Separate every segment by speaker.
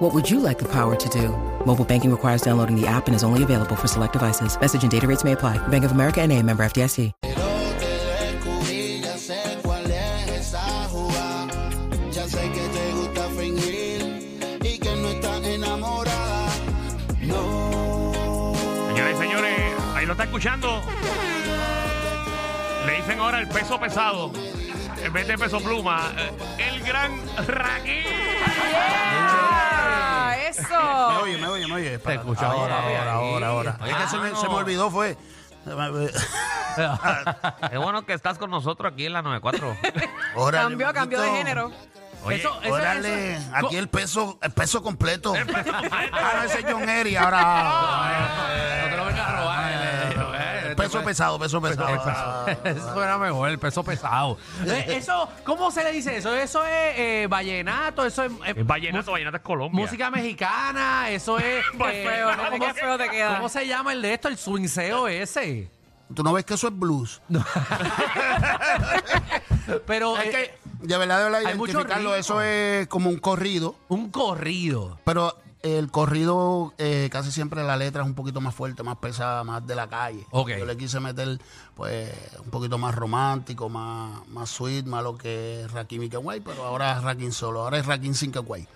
Speaker 1: What would you like the power to do? Mobile banking requires downloading the app and is only available for select devices. Message and data rates may apply. Bank of America and a member FDIC.
Speaker 2: Pero te descubrí, ya sé cuál es esa jugada. Ya sé que te gusta fingir y que no estás enamorada.
Speaker 3: Señores, señores, ahí lo está escuchando. Le dicen ahora el peso pesado. En vez de peso pluma, eh, el gran Raquel.
Speaker 4: Ah,
Speaker 5: Me
Speaker 4: eso.
Speaker 5: oye, me oye, me oye. Para-
Speaker 6: escucho
Speaker 5: ahora,
Speaker 6: ahí,
Speaker 5: ahora,
Speaker 6: ahí. Ah,
Speaker 5: ahora, ahora.
Speaker 6: Oye,
Speaker 5: Es que se me,
Speaker 6: mano.
Speaker 5: se me olvidó, fue.
Speaker 6: Es bueno que estás con nosotros aquí en la 94.
Speaker 5: Órale,
Speaker 4: Cambió, cambió de
Speaker 5: manito.
Speaker 4: género.
Speaker 6: Oye,
Speaker 3: Eso-
Speaker 5: Órale, aquí el peso, el peso completo. ah, no,
Speaker 3: Eso
Speaker 5: ese es John Eri, ahora. Ah,
Speaker 6: eh, no te lo vengas a robar. eh, eh, eh,
Speaker 5: El peso
Speaker 6: eh,
Speaker 5: pesado, peso pesado.
Speaker 6: pesado. Eso era mejor, el peso pesado. Eh, Eso, ¿cómo se le dice eso? Eso es eh, vallenato, eso es, eh,
Speaker 3: es vallenato, vallenato es Colombia.
Speaker 6: música mexicana, eso es.
Speaker 3: Más
Speaker 6: eh,
Speaker 3: feo, ¿no?
Speaker 6: ¿cómo
Speaker 4: Qué
Speaker 6: se-
Speaker 4: Pues feo te queda.
Speaker 6: ¿Cómo se llama el de esto? El swingceo ese.
Speaker 5: ¿Tú no ves que eso es blues?
Speaker 6: Pero
Speaker 5: Es
Speaker 6: eh,
Speaker 5: que, de verdad, de verdad,
Speaker 6: hay mucho
Speaker 5: identificarlo,
Speaker 6: ritmo.
Speaker 5: eso es como un corrido,
Speaker 6: un corrido.
Speaker 5: pero el corrido eh, casi siempre la letra es un poquito más fuerte, más pesada, más de la calle.
Speaker 6: Ok.
Speaker 5: Yo le quise meter, pues, un poquito más romántico, más, más sweet, más lo que es Rakim y Kawaii, pero ahora es Rakim solo, ahora es Rakim sin Kawaii.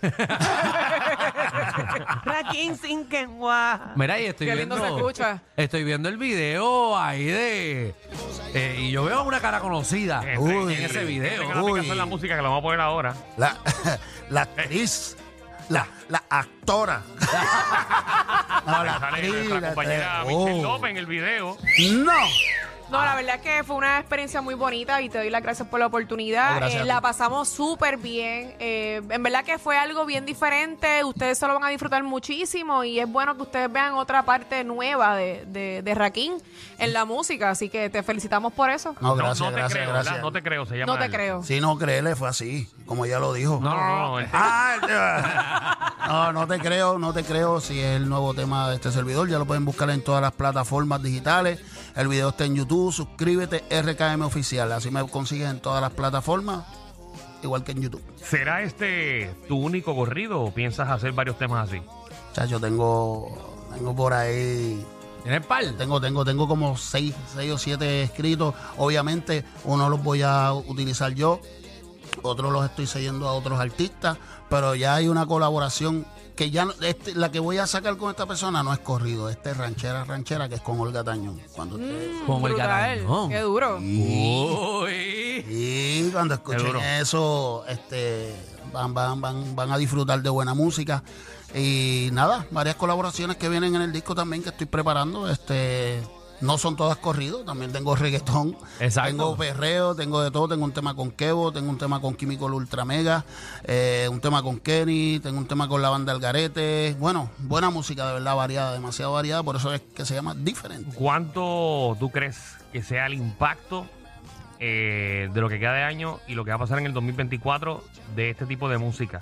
Speaker 4: Raquín sin quengua.
Speaker 6: Mira, y estoy
Speaker 4: Qué lindo
Speaker 6: viendo.
Speaker 4: se escucha.
Speaker 6: Estoy viendo el video ahí de. eh, y yo veo una cara conocida
Speaker 3: Ese-
Speaker 5: Uy,
Speaker 6: en ese
Speaker 3: Esa es
Speaker 6: video.
Speaker 3: la
Speaker 5: Uy.
Speaker 3: aplicación de la música que la vamos a poner ahora.
Speaker 5: La, la actriz, la, la actora. No, la
Speaker 3: Sale
Speaker 5: actriz,
Speaker 3: nuestra
Speaker 5: la-
Speaker 3: compañera
Speaker 5: eh,
Speaker 3: Michelle
Speaker 5: oh.
Speaker 3: López en el video.
Speaker 5: ¡No!
Speaker 4: No, la verdad es que fue una experiencia muy bonita y te doy las gracias por la
Speaker 5: No,
Speaker 4: oportunidad.
Speaker 5: gracias
Speaker 4: Eh,
Speaker 5: a ti.
Speaker 4: la pasamos súper bien. Eh, en verdad que fue algo bien diferente. Ustedes se lo van a disfrutar muchísimo y es bueno que ustedes vean otra parte nueva de, de, de Raquín en la música. Así que te felicitamos por eso.
Speaker 5: No, gracias,
Speaker 3: no, no te
Speaker 5: gracias,
Speaker 3: creo,
Speaker 5: gracias.
Speaker 3: ¿verdad? No te creo, se llama.
Speaker 4: No te
Speaker 3: él.
Speaker 4: creo.
Speaker 5: Sí, no, créele, fue así, como ella lo dijo.
Speaker 3: No, no, este, no. el-
Speaker 5: Ah, el- no, no te creo, no te creo. Si es el nuevo tema de este servidor, ya lo pueden buscar en todas las plataformas digitales. El video está en YouTube. Suscríbete, RKM Oficial. Así me consigues en todas las plataformas, igual que en YouTube.
Speaker 3: ¿Será este tu único corrido o piensas hacer varios temas así?
Speaker 5: Chacho, tengo, tengo por ahí
Speaker 6: ¿Tienes pal?
Speaker 5: Tengo, tengo, tengo como seis, seis o siete escritos. Obviamente, uno los voy a utilizar yo, otros los estoy cediendo a otros artistas, pero ya hay una colaboración que ya no- este- la que voy a sacar con esta persona no es corrido, este es ranchera, ranchera, que es con Olga Tañón. Cuando ustedes-
Speaker 6: Como el
Speaker 4: Brutal.
Speaker 6: garañón.
Speaker 4: Qué duro.
Speaker 6: Uy.
Speaker 5: Y cuando escuchen
Speaker 3: duro.
Speaker 5: eso, este, van, van, van, van a disfrutar de buena música. Y nada, varias colaboraciones que vienen en el disco también que estoy preparando. Este, no son todas corridos, también tengo reggaetón,
Speaker 6: Exacto.
Speaker 5: tengo perreo, tengo de todo, tengo un tema con Kevo, tengo un tema con Químico Ultra Mega, eh, un tema con Kenny, tengo un tema con la banda Algarete. Bueno, buena música, de verdad, variada, demasiado variada, por eso es que se llama diferente.
Speaker 3: ¿Cuánto tú crees que sea el impacto eh, de lo que queda de año y lo que va a pasar en el 2024 de este tipo de música?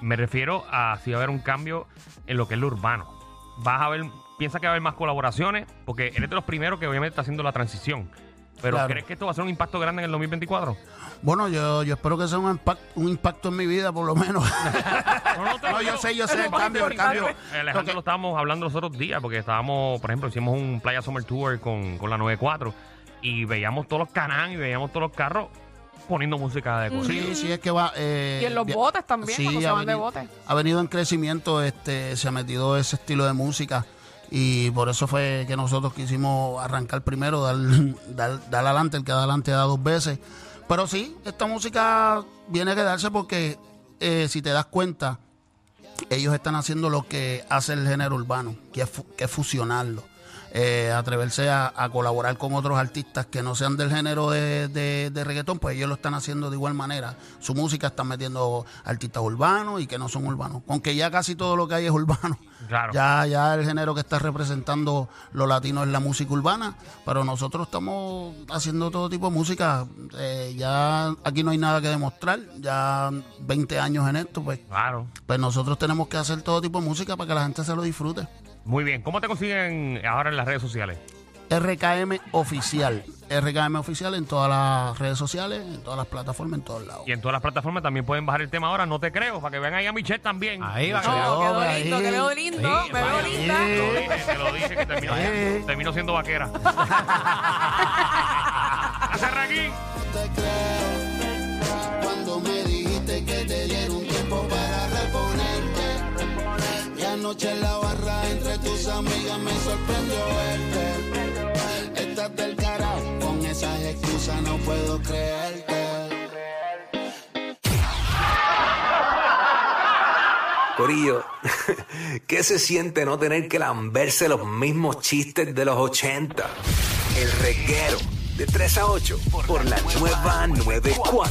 Speaker 3: Me refiero a si va a haber un cambio en lo que es lo urbano. Vas a ver, piensa que va a haber más colaboraciones, porque eres de los primeros que obviamente está haciendo la transición. Pero
Speaker 5: Claro.
Speaker 3: ¿crees que esto va a ser un impacto grande en el 2024?
Speaker 5: Bueno, yo, yo espero que sea un, impact- un impacto en mi vida, por lo menos.
Speaker 3: No, no, te
Speaker 5: No,
Speaker 3: digo.
Speaker 5: yo sé, yo sé, el
Speaker 3: Vamos a
Speaker 5: cambio, el
Speaker 3: explicarlo.
Speaker 5: cambio.
Speaker 3: Eh, Alejandro,
Speaker 5: Lo que-
Speaker 3: lo estábamos hablando los otros días, porque estábamos, por ejemplo, hicimos un Playa Summer Tour con, con la 94 y veíamos todos los canales y veíamos todos los carros poniendo música
Speaker 5: Mm.
Speaker 3: de corrido.
Speaker 5: Sí, sí, es que va. eh,
Speaker 4: Y en los
Speaker 5: via-
Speaker 4: botes también, cuando se
Speaker 5: ha
Speaker 4: van de
Speaker 5: veni-
Speaker 4: bote.
Speaker 5: Ha venido en crecimiento, este, se ha metido ese estilo de música. Y por eso fue que nosotros quisimos arrancar primero, dar, dar, dar adelante, el que da adelante da dos veces. Pero sí, esta música viene a quedarse porque eh, si te das cuenta, ellos están haciendo lo que hace el género urbano, que es, fu- que es fusionarlo. eh, atreverse a, a colaborar con otros artistas que no sean del género de, de- de reggaetón, pues ellos lo están haciendo de igual manera. Su música están metiendo artistas urbanos y que no son urbanos. Aunque ya casi todo lo que hay es urbano.
Speaker 3: Claro.
Speaker 5: Ya, ya el género que está representando los latinos es la música urbana, pero nosotros estamos haciendo todo tipo de música. Eh, ya aquí no hay nada que demostrar, ya 20 años en esto, pues,
Speaker 3: Claro.
Speaker 5: pues nosotros tenemos que hacer todo tipo de música para que la gente se lo disfrute.
Speaker 3: Muy bien. ¿Cómo te consiguen ahora en las redes sociales?
Speaker 5: RKM Oficial, RKM Oficial en todas las redes sociales, en todas las plataformas, en todos lados.
Speaker 3: Y en todas las plataformas también pueden bajar el tema ahora. No te creo, para que vean ahí a Michelle también.
Speaker 6: Ahí va.
Speaker 4: No, quedó
Speaker 5: ahí.
Speaker 4: lindo, quedó lindo,
Speaker 6: Sí,
Speaker 4: me veo
Speaker 6: vaya.
Speaker 4: linda.
Speaker 3: Te lo dije, te lo dije que terminó, terminó siendo vaquera. Serraquín.
Speaker 2: te creo. Cuando me dijiste que te dieron tiempo para reponerte. Y anoche en la barra entre tus amigas me sorprendió verte. Estás del carajo, con esas excusas no puedo creerte.
Speaker 7: Corillo, ¿qué se siente no tener que lamberse los mismos chistes de los 80? El reguero de 3 a 8 por la nueva 94.